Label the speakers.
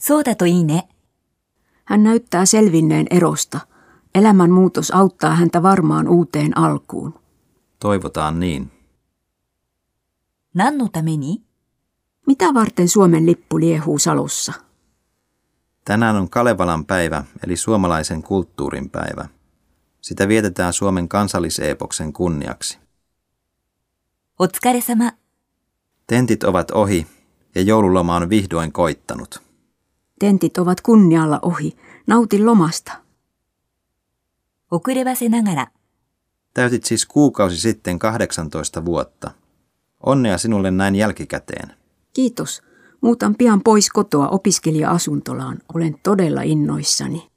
Speaker 1: そうだといいね。
Speaker 2: Hän näyttää selvinneen erosta. Elämän muutos auttaa häntä varmaan uuteen alkuun.
Speaker 3: Toivotaan niin.
Speaker 1: 何のために
Speaker 2: Mitä varten Suomen lippu liehuu salossa?
Speaker 3: Tänään on Kalevalan päivä, eli suomalaisen kulttuurin päivä. Sitä vietetään Suomen kansalliseepoksen kunniaksi.
Speaker 1: お疲れ様。
Speaker 3: Tentit ovat ohi ja joululoma on vihdoin koittanut.
Speaker 2: Tentit ovat kunnialla ohi. Nauti lomasta.
Speaker 1: 遅ればせながら。
Speaker 3: Täytit siis kuukausi sitten 18 vuotta. Onnea sinulle näin jälkikäteen.
Speaker 2: Kiitos. Muutan pian pois kotoa opiskelija-asuntolaan. Olen todella innoissani.